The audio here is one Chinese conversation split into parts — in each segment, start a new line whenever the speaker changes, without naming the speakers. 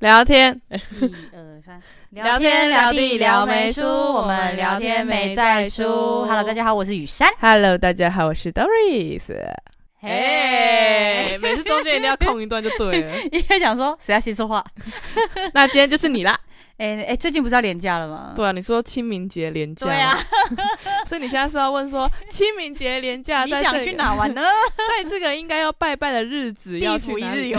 聊天，
一二三，
嗯呃聊天聊地聊没输，我们聊天没在输。Hello，大家好，我是雨珊。
Hello，大家好，我是 Doris。 哎
嘿，
每次中间一定要空一段就对了。
应该讲说谁要先说话？
那今天就是你啦。
哎、哎、最近不是要廉价了吗？
对啊，你说清明节连假，
对啊，，
所以你现在是要问说清明节连假
你
在
想
这
去
个
哪 玩呢？
在这个应该要拜拜的日子要
地
去
府一
哪
日
里？
游，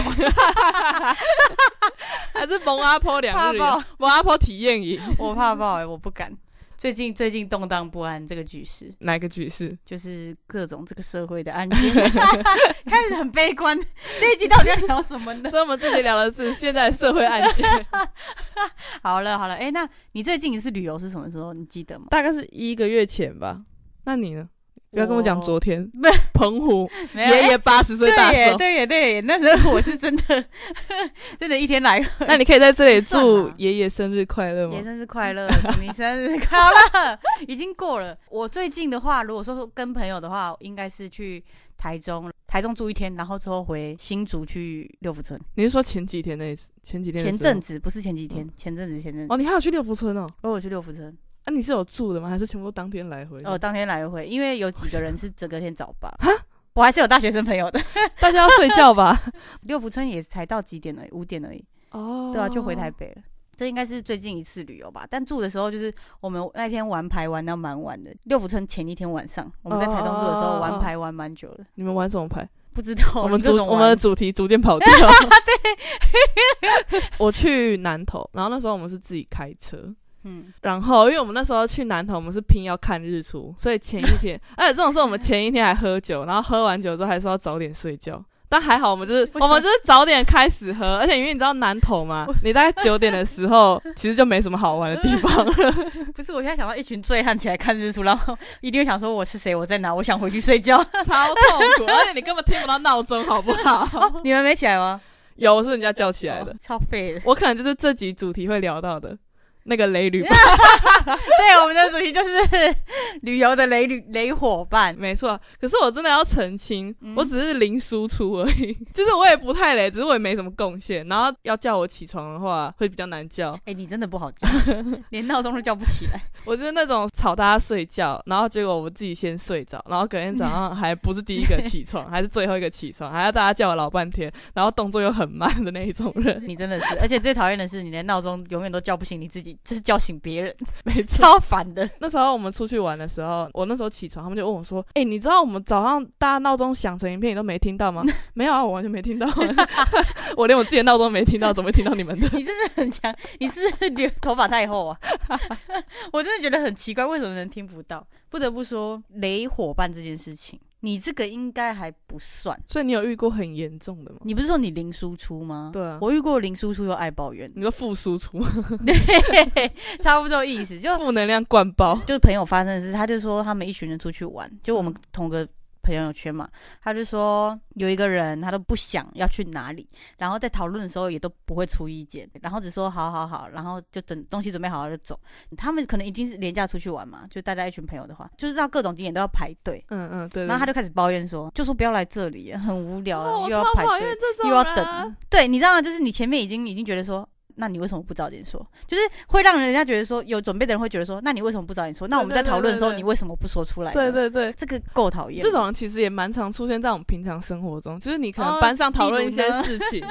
还是蒙阿婆两
怕
日游
爆？
蒙阿婆体验营？
我怕爆哎、我不敢。最近最近动荡不安，这个局势
哪个局势？
就是各种这个社会的案 件，开始很悲观。这一集到底要聊什么呢？
所以我们这里聊的是现在的社会案件，
好了好了，哎、那你最近一次旅游是什么时候？你记得吗？
大概是一个月前吧。那你呢？不要跟我讲
我
昨天
不，
澎湖
没有， 哎
爷爷八十岁大
对耶，
寿，
对耶，对耶，那时候我是真的， 真的一天来回。
那你可以在这里
不算
祝
啦
爷爷生日快乐吗
也？生日快乐，祝你生日快乐， 已经过了。我最近的话，如果说跟朋友的话，应该是去台中，台中住一天，然后之后回新竹去六福村。
你是说前几天那一次？前几天的
前
时候
阵子不是前几天，前阵子前阵子，
哦，你还有去六福村哦？
我有去六福村，
啊，你是有住的吗？还是全部都当天来回的？
哦，当天来回，因为有几个人是整个天早八。我哦还是有大学生朋友的。
大家要睡觉吧？
六福村也才到几点而已，五点而已。
哦，
对啊，就回台北了。这应该是最近一次旅游吧，但住的时候就是我们那天玩牌玩到蛮晚的。六福村前一天晚上，我们在台东住的
哦哦
时
哦
候
哦
玩牌玩蛮久的，
你们玩什么牌？
不知道
我们
各
主
种
我
玩
们的主题逐渐 跑掉。 对，我去南投，然后那时候我们是自己开车，
嗯，
然后因为我们那时候去南投，我们是拼要看日出，所以前一 天，而且这种事我们前一天还喝酒，然后喝完酒之后还说要早点睡觉。但还好，我们 就是
为什
我
么
们就是早点开始喝，而且因为你知道南投 嘛，你大概九点的时候，其实就没什么好玩的地方了。
不是，我现在想到一群醉汉起来看日出，然后一定会想说我是谁，我在哪，我想回去 睡觉。
超痛苦，而且你根本听不到闹钟，好不好？
你们没起来吗？
有是人家叫起来的。
哦，超废的
我可能就是这集主题会聊到的那个雷旅伴，
对，我们的主题就是 旅游的雷旅雷伙伴。
没错。可是我真的要澄清，
嗯
我只是零输出而已， 就是我也不太雷，只是我也没什么贡献。然后要叫我起床的话，会比较难叫。
哎、你真的不好 叫，连闹钟都叫不起来。
我就是那种吵大家睡觉，然后结果我自己先睡着，然后隔天早 上还不是第一个起床，还是最后一个起床，还要大家叫我老半天，然后动作又很慢的那一种 人。
你真的是，而且最讨厌的是，你连闹钟永远都叫不醒你自己，这是叫醒别人，
没 错。
超烦的。
那时候我们出去玩的时候，我那时候起床，他们就问我说：“哎、你知道我们早上大家闹钟响成一片，你都没听到吗？” 没有啊，我完全没听到 啊，我连我自己的闹钟都没听到，怎么会听到你们的？
你真的很强，你是不是留头发太厚啊！ 我真的觉得很奇怪，为什么能听不到？不得不说，雷伙伴这件事情，你这个应该还不算。
所以你有遇过很严重的吗？
你不是说你零输出吗？
对啊
我遇过零输出又爱抱 怨，
你说负输出、
对，差不多意思。就
负能量灌爆，
就朋友发生的事，他就说他们一群人出去玩，就我们同个朋友圈嘛，他就说有一个人他都不想要去哪里，然后在讨论的时候也都不会出意见，然后只说好好好，然后就等东西准备好了就走。他们可能已经是廉价出去玩嘛，就大家一群朋友的话，就是到各种景点都要排队，
嗯嗯，对
然后他
就
就开始抱怨说，就说不要来这里，很无聊，
哦，我
又要
超
排
讨
队
厌，这种
又要
人啊
等。对，你知道吗？就是你前面已经已经觉得说，那你为什么不早点说？就是会让人家觉得说，有准备的人会觉得说，那你为什么不早点说？那我们在讨论的时候，
对对对对
你为什么不说出来？
对，对对。
这个够讨厌。
这种人其实也蛮常出现在我们平常生活中，就是你可能
哦
班上讨论
例
一
如
些
呢
事情，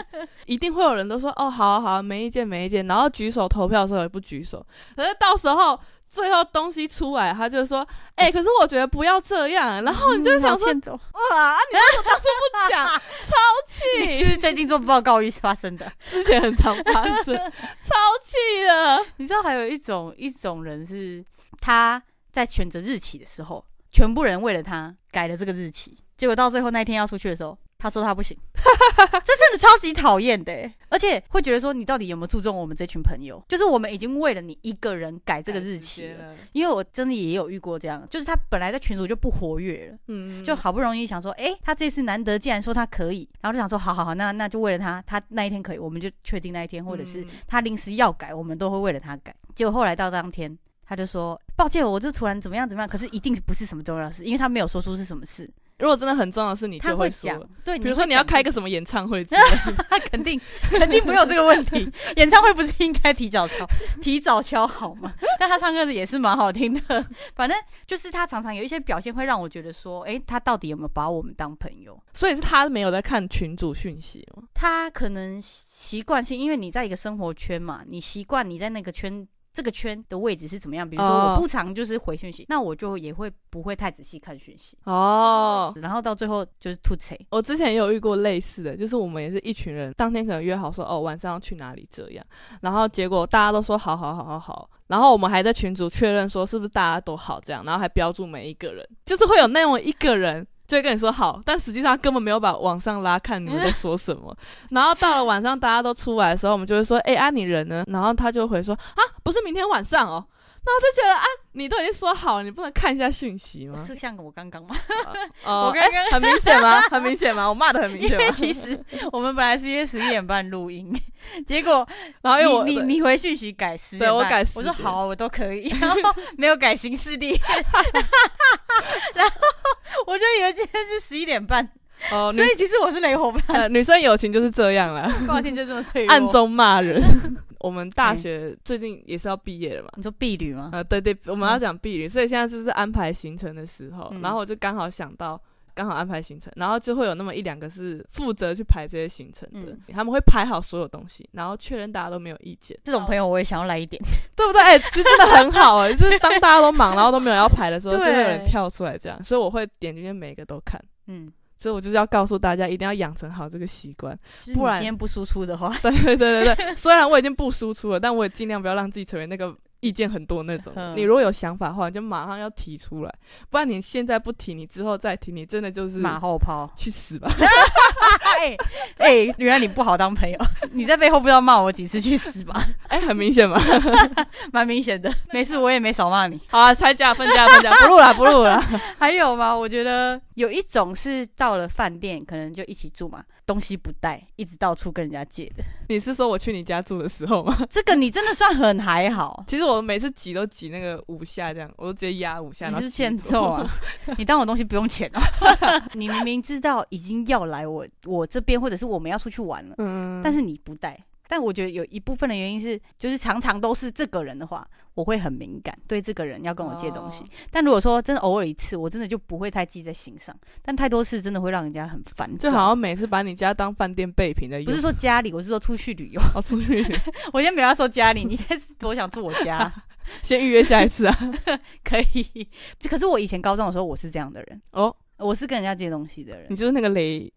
一定会有人都说哦，好啊好啊，没意见没意见，然后举手投票的时候也不举手，可是到时候最后东西出来，他就说，哎、可是我觉得不要这样，然哦后你就想说
嗯，往
哇，你为什么当初不讲， 超
前走是不
气，
是最近做报告遇发生的？
之前很常发 生，超气的，
你知道还有一种一种人是他在选择日期的时候，全部人为了他改了这个日期，结果到最后那一天要出去的时候，他说他不行， 这真的超级讨厌的欸，而且会觉得说你到底有没有注重我们这群朋友？就是我们已经为了你一个人改这个日期了。
了，
因为我真的也有遇过这样，就是他本来在群组就不活跃了，
嗯，
就好不容易想说，诶，他这次难得既然说他可以，然后就想说，好好好，那那就为了他，他那一天可以，我们就确定那一天，或者是
嗯
他临时要改，我们都会为了他改。结果后来到当天，他就说：“抱歉，我就突然怎么样怎么样。”可是一定不是什么重要的事，因为他没有说出是什么事。
如果真的很重要的事，你
他
就
会
说
讲。，对，
比如说你要开一个什
么，
么演唱会之类的，
他肯定 肯定不会有这个问题。演唱会不是应该提早敲，提早敲好吗？但他唱歌也是蛮好听的，反正就是他常常有一些表现会让我觉得说，诶，他到底有没有把我们当朋友？
所以是他没有在看群主讯息吗？
他可能习惯性，因为你在一个生活圈嘛，你习惯你在那个圈。这个圈的位置是怎么样？比如说，
哦
我不常就是回讯息，那我就也会不会太仔细看讯息，
哦，
然后到最后就是吐槽。
我之前也有遇过类似的，就是我们也是一群人，当天可能约好说哦晚上要去哪里这样，然后结果大家都说好好好好好，然后我们还在群组确认说是不是大家都好这样，然后还标注每一个人，就是会有那种一个人。就会跟你说好，但实际上他根本没有把往上拉，看你们在说什么。然后到了晚上，大家都出来的时候，我们就会说：“哎、啊，你人呢？”然后他就回说：“啊，不是明天晚上哦。”那我就觉得啊，你都已经说好了，你不能看一下讯息吗？
是像我刚刚吗？
哦
我刚刚
欸很明显吗？很明显吗？我骂的很明
因
显吗
为？其实我们本来是约十一点半录音，结果
然后因为我
你你你回讯息改十点
对
半，
我改10
我说
点
好，我都可 以，然后没有改行事历， 然后我就以为今天是十一点半，
哦，
所
女
以其实我是雷伙伴，
呃女生友情就是这样啦，
抱歉就这么脆弱。
暗中骂 人。我们
哎
大学最近也是要毕业了嘛。
你说婢女吗？
呃，对对，我们要讲毕业，所以现在就是安排行程的时候，
嗯
然后我就刚好想到，刚好安排行程，然后就会有那么一两个是负责去排这些行程的，
嗯
他们会排好所有东西，然后确认大家都没有意见，
这种朋友我也想要来一点，
对不对？哎、其实真的很好 哎、就是当大家都忙，然后都没有要排的时候，就
对
会有人跳出来这样，所以我会点进去每一个都看。
嗯，
所以我就是要告诉大家，一定要养成好这个习惯。
就是
不
你
然
今天不输出的话，
对对 对对，虽然我已经不输出了，但我也尽量不要让自己成为那个意见很多那种人。
嗯
你如果有想法的话，你就马上要提出来，不然你现在不提，你之后再提，你真的就是
马后 炮。
去死吧！
哎哎，原来你不好当 朋友，你在背后不知道骂我几次，去死吧，
哎、很明显嘛。
蛮明显的。没事，我也没少 骂你。
好啊，拆加分加分加，不录了不录了。
还有吗？我觉得有一种是到了饭店，可能就一起住嘛，东西不带，一直到处跟人家借的。
你是说我去你家住的时候吗？
这个你真的算很还好，
其实我每次挤都挤那个五下这样，我都直接压五下，
你
然后
是不是
挤
欠
走
揍啊！ 你当我东西不用钱哦、 你明明知道已经要来我我这边，或者是我们要出去玩了，
嗯，
但是你不带。但我觉得有一部分的原因是，就是常常都是这个人的话，我会很敏感，对这个人要跟我借东西。
哦
但如果说真的偶尔一次，我真的就不会太记在心上。但太多次真的会让人家很烦躁。
就好像每次把你家当饭店备品在用，
不是说家里，我是说出 去旅游。
哦出去
我先不要说家里，你 现在是多想住我家，
先预约下一次啊。
可以。可是我以前高中的时候，我是这样的人，
哦，
我是跟人家借东西的人
你，就是那个雷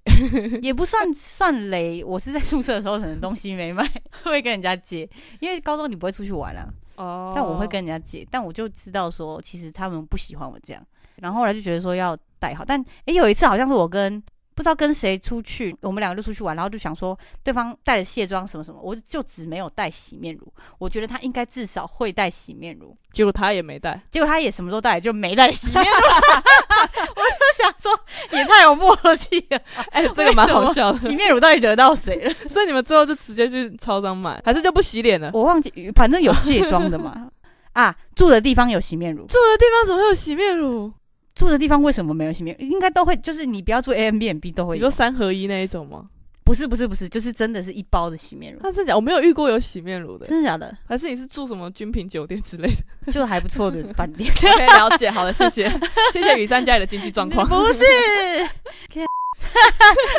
也不算算雷。我是在宿舍的时候，可能东西没卖， 会跟人家借，因为高中你不会出去玩啊，
哦，
但我会跟人家借。但我就知道说，其实他们不喜欢我这样，然后后来就觉得说要带好。但诶、有一次好像是我跟。不知道跟谁出去，我们两个就出去玩，然后就想说对方带了卸妆什么什么，我就只没有带洗面乳。我觉得他应该至少会带洗面乳，
结果他也没带，
结果他也什么都带，就没带洗面乳。 我就想说，也太有默契了，
哎、这个蛮好笑的。
洗面乳到底惹到谁了？
所以你们最后就直接去超商买，还是就不洗脸了？
我忘记，反正有卸妆的嘛。 啊，住的地方有洗面乳，
住的地方怎么会有洗面乳？
住的地方为什么没有洗面乳？应该都会，就是你不要住 A M B N B 都会
你
有
说。三合一那一种吗？
不是不是不是，就是真的是一包的洗面乳，
但是讲我没有遇过有洗面乳的，
真的假的？
还嗯是你是住什么军品酒店之类的？
就还不错的饭店。
可以了解，好的，谢 谢，谢谢雨珊家里的经济 状况。
不是，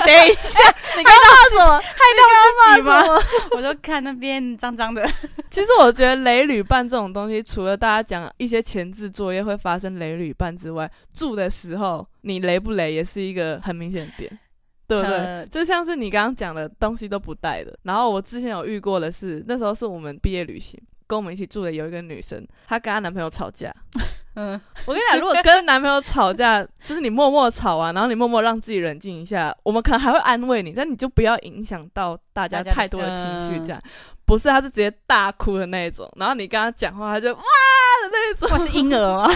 等一下，
你刚骂什么？
害到自 己
你刚
吗？
骂什么？
我就看那边脏脏的，
其实我觉得雷旅伴这种东西，除了大家讲一些前置作业会发生雷旅伴之外，住的时候你雷不雷也是一个很明显的 点，对不对？
呃
就像是你刚刚讲的东西都不带的，然后我之前有遇过的是，那时候是我们毕业旅行，跟我们一起住的有一个女生，她跟她男朋友吵 架。
嗯，
我跟你讲，如果跟男朋友吵架，就是你默默吵完，然后你默默让自己冷静一下，我们可能还会安慰你，但你就不要影响到大家
大家的
太多的情绪，
嗯
这样。不是，她是直接大哭的那一种，然后你跟她讲话，她就哇的那一种，
我是婴儿啊 吗？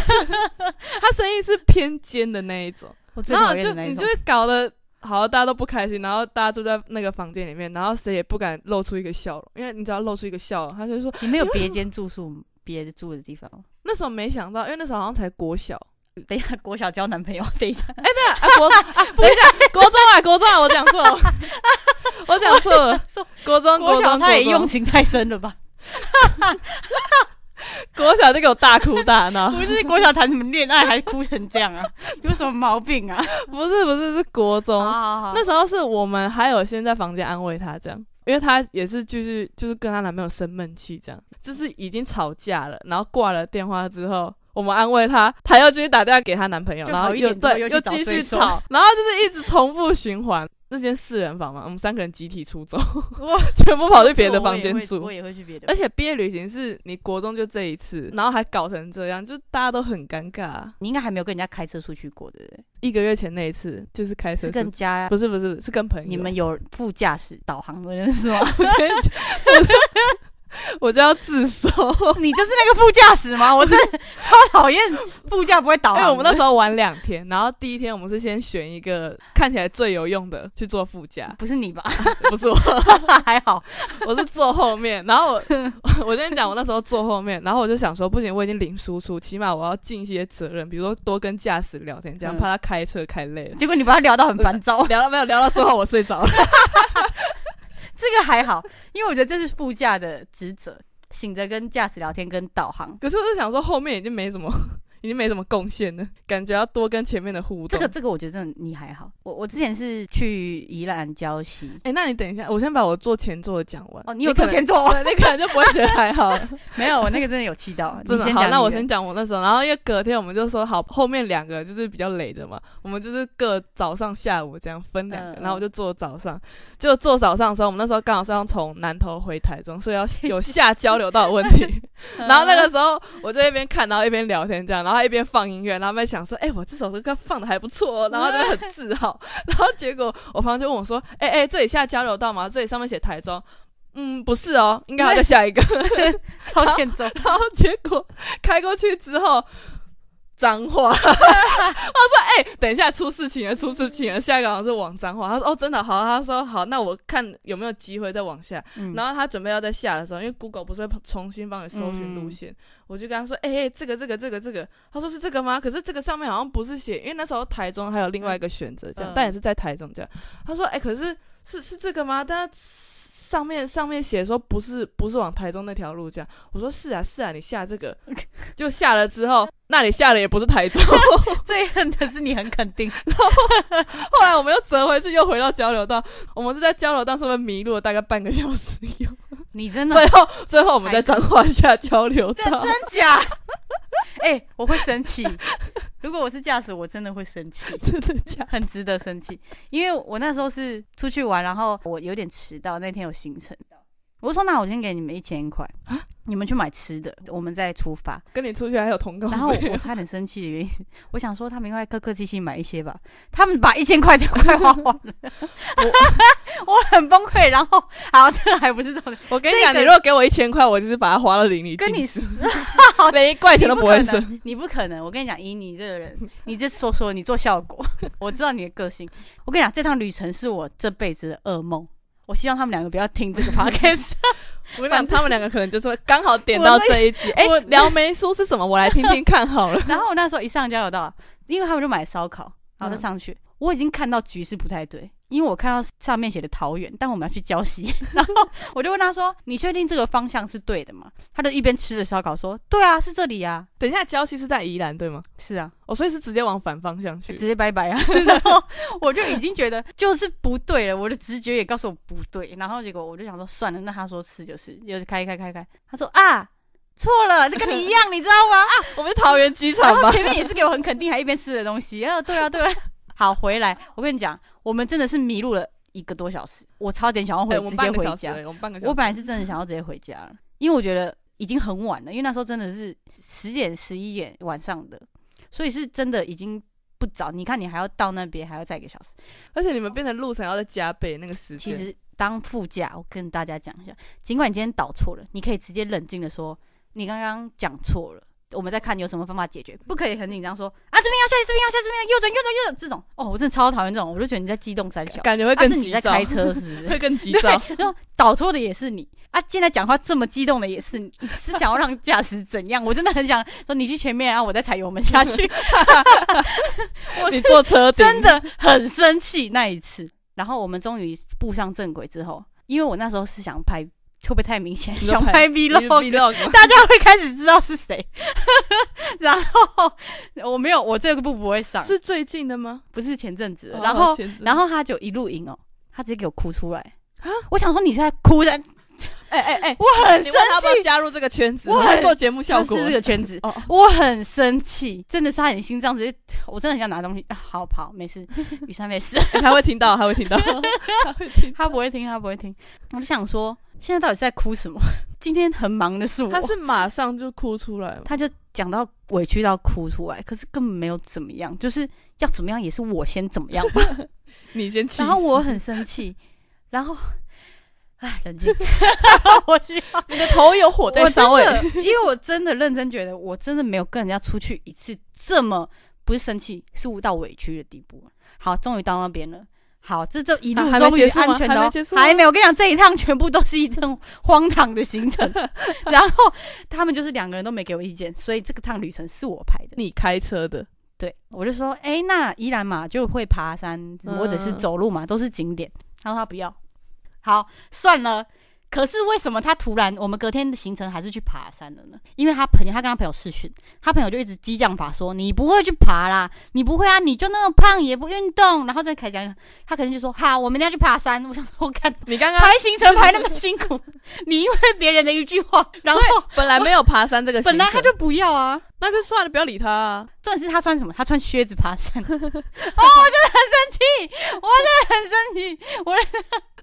她声音是偏尖的那一种。
我最
然后
讨厌
就
的那一
你
种
就。会搞得好，大家都不开心，然后大家都在那个房间里面，然后谁也不敢露出一个笑容，因为你只要露出一个笑容，他就说
你们有别间住宿、别的住的地方吗？
那时候没想到，因为那时候好像才国小，
等一下，国小交男朋友， 等一下，
啊国啊，等一下，国中啊，国中啊，我讲错了，我讲错了
说，
国中
国
国
小
中
他也
国中
用情太深了吧？
国小就给我大哭大闹，
不是国小谈什么恋爱还哭成这样 啊？有什么毛病啊？
不是不是是国中，
好好
哦那时候是我们还有先在房间安慰她这样，因为她也是就是就是跟她男朋友生闷气这样，就是已经吵架了，然后挂了电话之后。我们安慰她，她又继续打电话给她男朋友，
就
然后
好一点
又
之后
对
又去
又
找
继
罪
续
受
吵，然后就是一直重复循环。那间四人房嘛，我们三个人集体出走，
哇
全部跑去别的房间住。
我也会去别的。
而且毕业旅行是你国中就这一次，然后还搞成这样，就大家都很尴尬、
你应该还没有跟人家开车出去过，对不对？
一个月前那一次就是开车
哎是
出，
跟家
不是不是是跟朋友。
你们有副驾驶导航的 人是吗？
我跟你讲， 我我就要自首。
你就是那个副驾驶 吗？我真的超讨厌副驾不会导
因为
航。
我们那时候玩两天，然后第一天我们是先选一个看起来最有用的去做副驾
，不是你吧？
不是我，
还好，
我是坐后面。然后我 我跟你讲，我那时候坐后面，然后我就想说，不行，我已经零输出，起码我要尽一些责任，比如说多跟驾驶聊天，这样
嗯
怕他开车开累了。
结果你把他聊到很烦躁。
聊到没有聊到最后我睡 着了。
这个还好，因为我觉得这是副驾的职责，醒着跟驾驶聊天跟导航。
可是我就想说，后面已经没什么， 已经没什么贡献了，感觉要多跟前面的互动。
这个，这个我觉得真的你还好。我我之前是去宜兰礁溪，
哎、那你等一下，我先把我坐前座的讲完。
哦，你有坐
可能
前 座哦？
对，你可能就不会觉得还好，
没有，我那个真的有气到。
真
你
的
先
好。
讲，
那我先。讲我那时候，然后因为隔天我们就说好，后面两个就是比较累的嘛，我们就是各早上、下午这样分两个，
嗯
然后我就坐早上。就坐早上的时候，我们那时候刚好是要从南头回台中，所以要有下交流道的问题。然后那个时候我就一边看，然后一边聊天这样，然后一边放音乐，然后在想说，哎、我这首歌放的还不错、哦，然后就很自豪。然后结果我朋友就问我说，哎、哎、这里下交流道吗？这里上面写台中。嗯，不是哦，应该还要再下一个。
超欠揍，
然后结果开过去之后，脏话。我 说：“哎、等一下出事情了，出事情了。”下一个好像是往脏话。他说：“哦，真的好。”他说：“好，那我看有没有机会再往下。
嗯
然后他准备要再下的时候，因为 Google 不是会重新帮你搜寻
嗯
路线，我就跟他说：“哎、哎这个这个这个这个。”他说：“是这个吗？可是这个上面好像不是写，因为那时候台中还有另外一个选择，这样，
嗯
但也是在台中这样。”他说：“哎、可是是是这个吗？但上面上面写说不是不是往台中那条路这样。”我说：“是啊是啊，你下这 个就下了之后，那你下了也不是台中。”
最恨的是你很肯定，
后来我们又折回去，又回到交流道，我们就在交流道上面迷路了大概半个小时有。
你真的
最后，最后我们在彰化下交流
这
道。
真假？ 哎、我会生气。如果我是驾驶，我真的会生气，
真的假的？
很值得生气。因为我那时候是出去玩，然后我有点迟到，那天有行程。我就说那我先给你们一千块，你们去买吃的，我们再出发。
跟你出去还有同工费
然后我我差点生气的原因是，我想说他们应该客客气气买一些吧，他们把一千块就快花完了， 我很崩溃。然后好，这个还不是重点，
我跟你讲，
这个
你如果给我一千块，我就是把它花到淋漓尽
跟你
致，连一块钱都不会
你不可
剩。
能，你不可能。我跟你讲，以你这个人， 你就说说你做效果， 我知道你的个性。我跟你讲，这趟旅程是我这辈子的噩梦。我希望他们两个不要听这个 podcast。
我跟你讲，他们两个可能就说刚好点到这一 集，哎
我，
撩妹书是什么？我来听听看好了。
然后我那时候一上交流道，因为他们就买烧烤，然后就上去，我已经看到局势不太对。因为我看到上面写的桃园，但我们要去礁溪， 然后我就问他说：“你确定这个方向是对的吗？”他就一边吃着烧烤说：“对啊，是这里啊，
等一下，礁溪是在宜兰对吗？
是啊。”
哦，所以是直接往反方向去
直。接拜拜啊！ 然后我就已经觉得就是不对了，我的直觉也告诉我不对，然后结果我就想说算了，那他说是就是，就是开开开开，他说啊错了，这跟你一样，你知道吗？啊，
我们是桃园机
然
场
后
吧？
前面也是给我很肯定，还一边吃的东西，啊对啊对啊，好回来，我跟你讲，我们真的是迷路了一个多小时，我差点想要回、
哎，我
直
们
接
半个
回
小时
家，
而已，我们半个小
我
时。
本来是真的想要直接回家了，因为我觉得已经很晚了，因为那时候真的是十点十一点晚上的，所以是真的已经不早。你看，你还要到那边还要再一个小时。
而且你们变成路程要再加倍那个时间。
其实当副驾，我跟大家讲一下，尽管你今天导错了，你可以直接冷静的说你刚刚讲错了，我们再看有什么方法解决，不可以很紧张说啊这边要下去，这边要下去，这边要右转右转右转这种。哦，我真的超讨厌这种，我就觉得你在激动 三小。
感觉会
但
更
是
急
你在
躁，
开车是不 是？
会更急
对
躁。，
然后导错的也是你啊！现在讲话这么激动的也是你，你是想要让驾驶怎样？我真的很想说你去前面，啊然后我再踩油门下 去。我
你
是
坐车顶
真的很生气那一次。然后我们终于步上正轨之后，因为我那时候是想拍，会不会太明显？
你说
想
拍
拍
你
vlog，
vlog
大家会开始知道是谁。 然后我没有，我这个步不会 上，
是最近的吗？
不是前阵子的。
哦
然后
前阵子
然后他就一路赢哦，他直接给我哭出来我想说你是在哭的，
哎哎哎，
我很
你
生
问他要不要
气，
加入这个圈子？
我
我会
很
做节目效果
就。是这个圈子，
哦，
我很生气，真的差点心脏直接，我真的很想拿东西。啊好跑，没 事，雨山没事，
哎他会听到，他会听 到，他会听。
他不会听，他不会听。我就想说，现在到底是在哭什么？ 今天很忙的是我，
他是马上就哭出来吗？
他就讲到委屈到哭出来，可是根本没有怎么样，就是要怎么样也是我先怎么样 吧。
你先气死。
然后我很生气，然后，哎，冷 静，我需要。
你的头有火在
我
烧
真
哎，
的，因为我真的认真觉得，我真的没有跟人家出去一次这么不是生气，是到委屈的地步。好，终于到那边了。好，这这一路
啊还没
终于
结束吗
安全的、
还
哦
没结束，吗
还没有。我跟你讲，这一趟全部都是一趟荒唐的行程。 然后他们就是两个人都没给我意见，所以这个趟旅程是我排的。
你开车的，
对，我就说，哎、那宜兰嘛就会爬山
嗯
或者是走路嘛，都是景点。他说他不要，好算了。可是为什么他突然我们隔天的行程还是去爬山了呢？因为他朋友，他跟他朋友试训，他朋友就一直激将法说你不会去爬啦，你不会啊，你就那么胖也不运动，然后再开始讲，他可能就说好，我们要去爬山。我想说，我看
你刚刚
排行程排那么辛苦，你因为别人的一句话，然后
本来没有爬山这个行
本
程，
来他就不要啊，
那就算了，不要理他啊。
重点是他穿什么？他穿靴子爬 山。哦，我真的很生气，我真的很生气。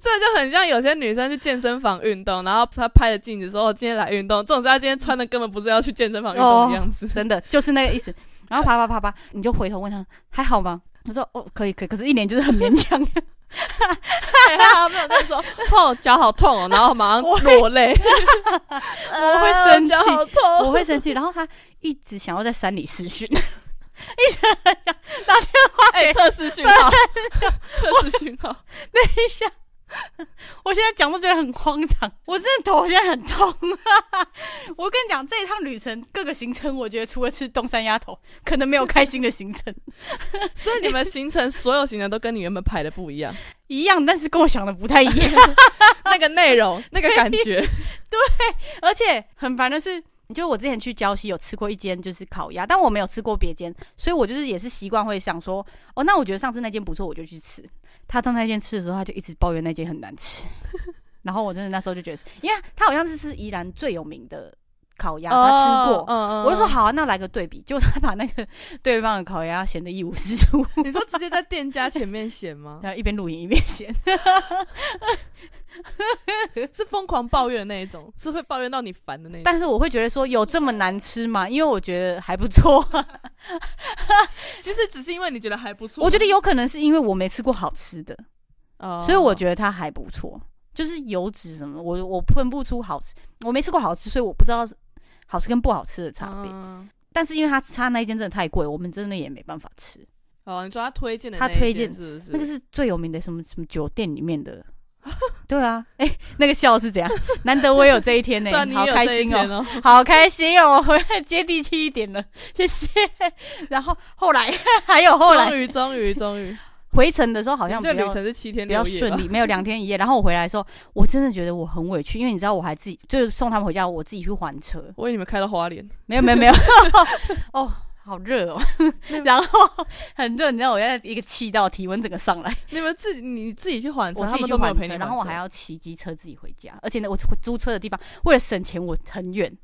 这就很像有些女生去健身房运动，然后她拍着镜子说：“我今天来运动。”这种是她今天穿的根本不是要去健身房运
哦
动的样子。
真的就是那个意思。然后爬爬爬爬，你就回头问他还好吗？他说哦，可以可以，可是一脸就是很勉 强。
对，啊她没有在说“哦，脚好痛哦”，然后马上
我
落泪。
我会生气
啊脚好痛。
我会生气。然后他一直想要在山里试训，一直很想打电话
哎，
给
测试讯号，测试讯号。
一下。 我现在讲都觉得很荒唐，我真的头现在很痛。我跟你讲，这一趟旅程各个行程，我觉得除了吃东山鸭头，可能没有开心的行程。
所以你们行程所有行程都跟你原本排的不一样，
一样，但是跟我想的不太一样。
那个内容、那个感觉，
而且很烦的是，就我之前去礁溪有吃过一间就是烤鸭，但我没有吃过别间，所以我就是也是习惯会想说，哦，那我觉得上次那间不错，我就去吃。他到那间吃的时候，他就一直抱怨那间很难吃。 然后我真的那时候就觉得，因为他好像是吃宜兰最有名的烤鸭，他吃过。
嗯
我就说，好啊，那来个对比，就他把那个 对方的烤鸭显得一无是处，
嗯嗯你说直接在店家前面写吗？
然后一边录影一边显。
是疯狂抱怨的那一种，是会抱怨到你烦的那一种。
但是我会觉得说，有这么难吃吗？因为我觉得还不错。啊
其实只是因为你觉得还不错，
我觉得有可能是因为我没吃过好吃的，
哦，
所以我觉得它还不错。就是油脂什么，我我分不出好吃，我没吃过好吃，所以我不知道好吃跟不好吃的差别。
嗯
但是因为它差那一间真的太贵，我们真的也没办法吃。
哦，你说他推荐的
他
那一
推
间
荐
是不是？
那个是最有名的什么什么酒店里面的。 对啊， 哎、那个笑是怎样？难得我有这一天 呢、
对啊，你
好
也有
开
这一
心哦、
间哦。
好开心哦、我回来接地气一点了，谢谢。 然后后来 还有后来
终于，终于，终于，
回程的时 候好像
你
比
这
较
旅程是七天
比较
六夜啊
顺
吧，
利，没有两天一夜。然后我回来的时候，我真的觉得我很委屈，因为你知道，我还自己就是送他们回家，我自己去还车。
我为你们开到花 莲，
没有，没 有，没有。哦，好热哦， 然后很热，你知道，我现在一个气到体温整个上来，
你们自己你自己去缓车，
我
他
自己
们
去
都没
还
有陪你
车，
缓车，
然后我还要骑机车自己回家，而且呢，我租车的地方为了省钱，我很远。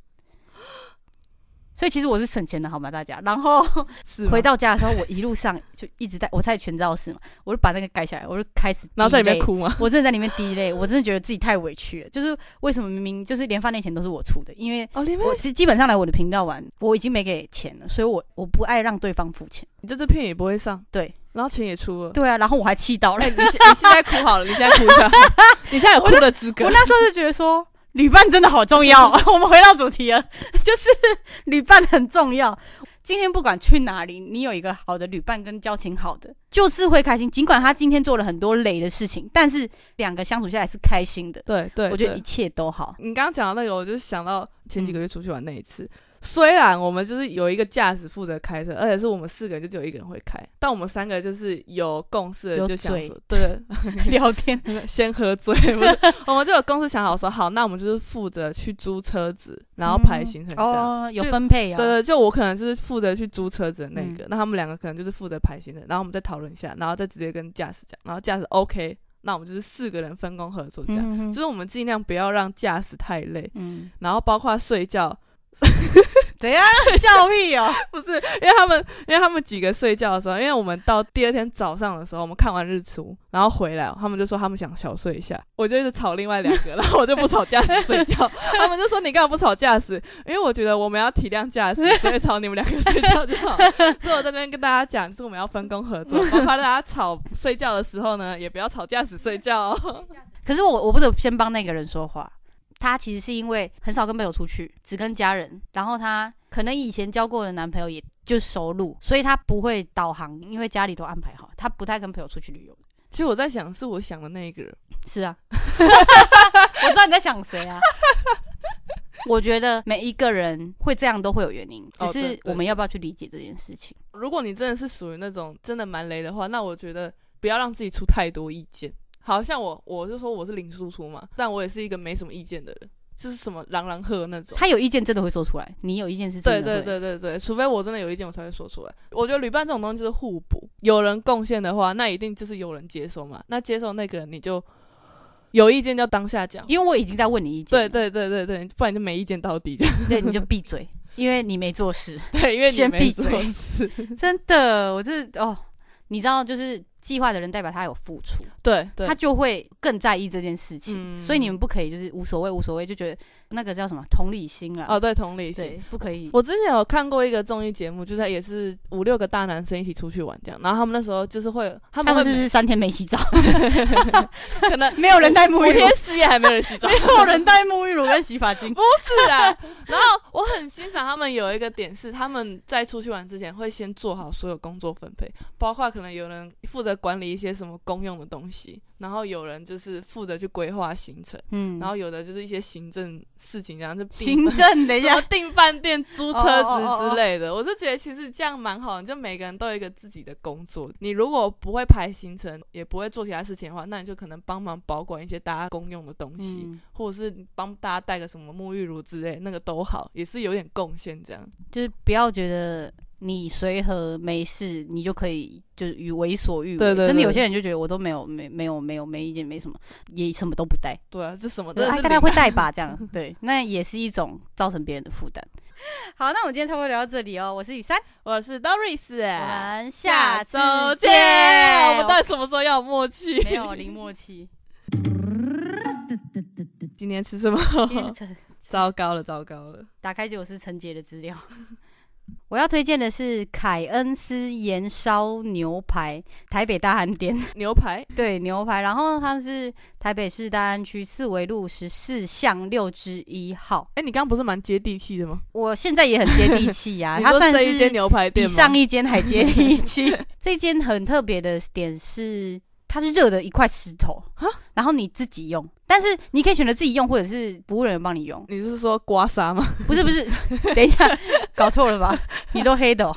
所以其实我是省钱的，好吗，大家？然后
是吗
回，到家的时候，我一路上就一直在，我在全肇事嘛，我就把那个改下来，我就开始，
然后在里面哭 吗？
我真的在里面滴泪，我真的觉得自己太委屈了。就是为什么明明就是连饭店钱都是我出的，因为
哦，里面
我基基本上来我的频道玩，我已经没给钱了，所以我我不爱让对方付钱。
你这支片也不会上，
对，
然后钱也出了。
对啊，然后我还气到了
哎，，你现你现在哭好了，你现在哭一下，你现在有哭的资格
我。那时候就觉得说，旅伴真的好重要。 我们回到主题了，就是旅伴很重要。今天不管去哪里，你有一个好的旅伴跟交情好的，就是会开心。尽管他今天做了很多累的事情，但是两个相处下来是开心的。
对对，
我觉得
对
一切都 好。
你刚刚讲到那个，我就想到前几个月出去玩那一次。虽然我们就是有一个驾驶负责开车，而且是我们四个人就只有一个人会开，但我们三个就是有共识的，
有
就想
嘴
说，对，
聊天，
先喝 醉，不是我们就有公司想好说，好，那我们就是负责去租车子，然后排行程这样。
哦，有
就
分配啊。
对对，就我可能是负责去租车子的那
嗯
个，那他们两个可能就是负责排行程，然后我们再讨论一下，然后再直接跟驾驶讲，然后驾驶 OK，那我们就是四个人分工合作这样，
嗯
就是我们尽量不要让驾驶太累，
嗯，
然后包括睡觉，
怎样笑屁哦？
不是因为他们，因为他们几个睡觉的时候，因为我们到第二天早上的时候，我们看完日出，然后回来，他们就说他们想小睡一下，我就一直吵另外两个，然后我就不吵驾驶睡觉， 他们就说你干嘛不吵驾驶？因为我觉得我们要体谅驾驶，所以吵你们两个睡觉就 好。所以我在这边跟大家讲，就是我们要分工合作，包括大家吵睡觉的时候呢，也不要吵驾驶睡觉、哦。
可是我我不得不先帮那个人说话。他其实是因为很少跟朋友出去，只跟家人。然后他可能以前交过的男朋友也就熟路，所以他不会导航，因为家里都安排好。他不太跟朋友出去旅游。
其实我在想，是我想的那一个人，
是啊， 我知道你在想谁啊。我觉得每一个人会这样都会有原因，只
哦对
是
对
我们要不要去理解这件事情。
如果你真的是属于那种真的蛮雷的话，那我觉得不要让自己出太多意见。好像我，我是说我是零输出嘛，但我也是一个没什么意见的人，就是什么朗朗喝那种。
他有意见真的会说出来，你有意见是真
对
的
对
会
对对对，除非我真的有意见，我才会说出来。我觉得旅伴这种东西就是互补，有人贡献的话，那一定就是有人接收嘛。那接收那个人，你就有意见就当下讲。
因为我已经在问你意见
哦对对
了，
对对对，不然你就没意见到底 这样。
对，你就 闭嘴，因为你没做事。
对，因为你
先
没
闭
做
嘴
事。
真的，我这哦，你知道，就是计划的人代表他有付出，
对对
他，就会更在意这件事情。
嗯
所以你们不可以就是无所谓无所谓，就觉得那个叫什么同理心啦。
哦，对，同理心。
对，不可以。
我之前有看过一个综艺节目，就是也是五六个大男生一起出去玩这样，然后他们那时候就是会，他
他
们
们
会
是不是三天没洗澡？
可能
没有人带沐
五
浴露
天，四夜还没有人洗澡
没，有人带沐浴露跟洗发精。
不是啊。然后我很欣赏他们有一个点是，他们在出去玩之前会先做好所有工作分配，包括可能有人负责管理一些什么公用的东西，然后有人就是负责去规划行程，
嗯，
然后有的就是一些行政事情，然后就并
行政，等一
什么
下，
订饭店、租车
哦哦哦
子
哦
之类的，我是觉得其实这样蛮好的，就每个人都有一个自己的工作。你如果不会排行程，也不会做其他事情的话，那你就可能帮忙保管一些大家公用的东西，
嗯，
或者是帮大家带个什么沐浴乳之类，那个都好，也是有点贡献这样。
就是不要觉得。你随和没事，你就可以就是与为所欲为。
对对对
真的有些人就觉得我都没有没没有没有没意见，没什么，也什么都不带。
对啊，这什么真
对，
的
啊
是
大家会
零
带吧，这样对，那也是一种造成别人的负担。好，那我们今天差不多聊到这里哦。我是雨珊，
我是 Doris，
我们
哎下
次
周见。我们到底什么时候要有默契？
没有零 默契，
今天吃什么？
今天陈
糟糕了，糟糕了！
打开就是陈杰的资料。 我要推荐的是凯恩斯盐烧牛排，台北大汉店
牛排
对牛排，然后它是台北市大安区四维路十四巷六之一号。
哎、你刚刚不是蛮接地气的吗？
我现在也很接地气呀、
你
它
说
啊算
这一
是
间牛排
比
店吗？
上一间还接 地气。这间很特别的点是，它是热的一块石头，然后你自己用，但是你可以选择自己用，或者是服务人员帮你用。
你是说刮痧吗？
不是不 是，等一下，搞错了吧？你都黑的、哦，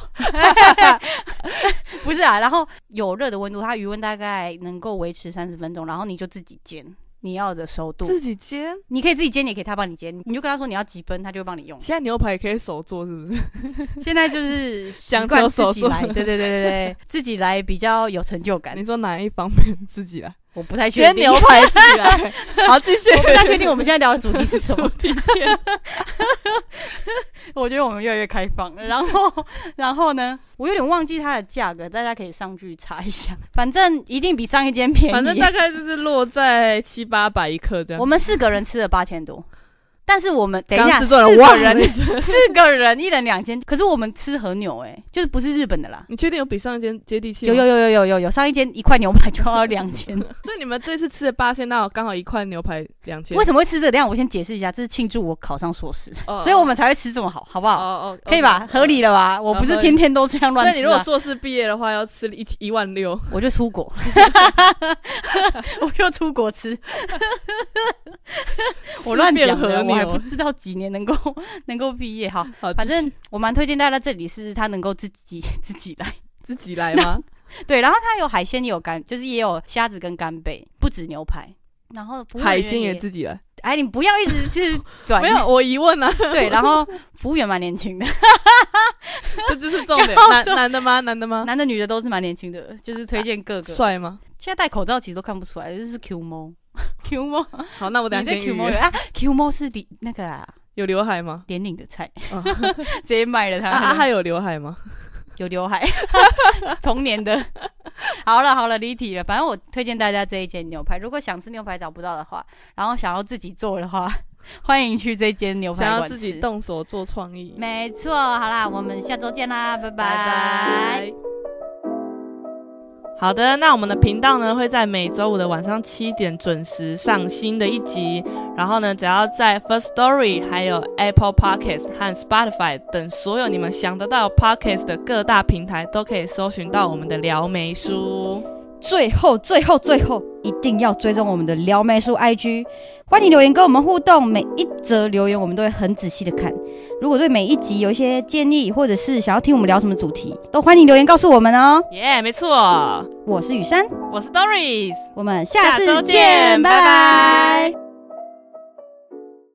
不是啊。然后有热的温度，它余温大概能够维持三十分钟，然后你就自己煎你要的熟度，
自己煎？
你可以自己煎，也可以他帮你煎，你就跟他说你要几分，他就会 帮你用。
现在牛排可以手做是不是？
现在就是习
讲
惯
究
自
手
己
做
来，对对对对对，自己来比较有成就感
你。说哪一方面自己来？
我不太确
煎
啊定，
牛排自己 来。好，继续。
我不太确定我们现在聊的主题是什么。
今天
我觉得我们越来越开放了。然后，然后呢，我有点忘记它的价格，大家可以上去查一下。反正一定比上一间便宜。
反正大概就是落在七八百一克这
我
样。
们四个人吃了八千多，但是我们等一
刚
下，
制
四
作人忘
个
了
人 四个人一人两千，可是我们吃和牛哎、就是不是日本的啦。
你确定有比上一间接地气？
有有。有有有有有，上一间一块牛排就要两千，
所以你们这次吃的八千，那我刚好一块牛排两千。
为
什
什么会吃这个？等一下我先解释一下，这是庆祝我考上硕士，
哦
所以我们才会吃这么好，好不
么
好？
哦哦，
可以吧？
OK，啊
合理了吧？我不是天天都这样
所
乱
以你
吃、
如果
啊，
硕士毕业的话，要吃一一万六。
我就出国， 我就出国 吃，我乱讲
吃遍和
的，
牛
我还不知道几年能够 能够毕业。好，
好，
反正我蛮推荐大家这里是他能够自己 自己来，
自己来吗？
对，然后它有海鲜，也有干，就是也有虾子跟干贝，不止牛排。然后服务员
海鲜也自己来？
哎，你不要一直去 转
没有，我疑问啊，
对，然后服务员蛮年轻的，
这就是重点。
高
男
中
男的吗？男的吗？
男的女的都是蛮年轻的，就是推荐各个。
帅吗？
现在戴口罩其实都看不出来，这是 Q 猫 ，Q 猫，
好，那我等
你
下
对
先
Q
预
猫
约。
有啊？Q 猫是李那个啊，
有刘海吗？
连领的菜，
啊
直接卖了它。
啊，啊他有刘海吗？
有刘海， 童年的。好了好了，离题了。反正我推荐大家这一间牛排，如果想吃牛排找不到的话，然后想要自己做的话， 欢迎去这间牛排
想要
馆
自己
吃。
动手做创意。
没错，好啦，我们下周见啦，拜
拜
拜。
拜。好的，那我们的频道呢会在每周五的晚上七点准时上新的一集。然后呢，只要在 First Story、还有 Apple Podcast 和 Spotify 等所有你们想得到 Podcast 的各大平台，都可以搜寻到我们的撩梅书。
最后，最后，最后，一定要追踪我们的撩妹叔 IG，欢迎留言跟我们互动，每一则留言我们都会很仔细的看。如果对每一集有一些建议，或者是想要听我们聊什么主题，都欢迎留言告诉我们哦。
耶、没错，
我是雨珊，
我是 Doris。
我们下次
下周
见，
见拜
拜
拜
拜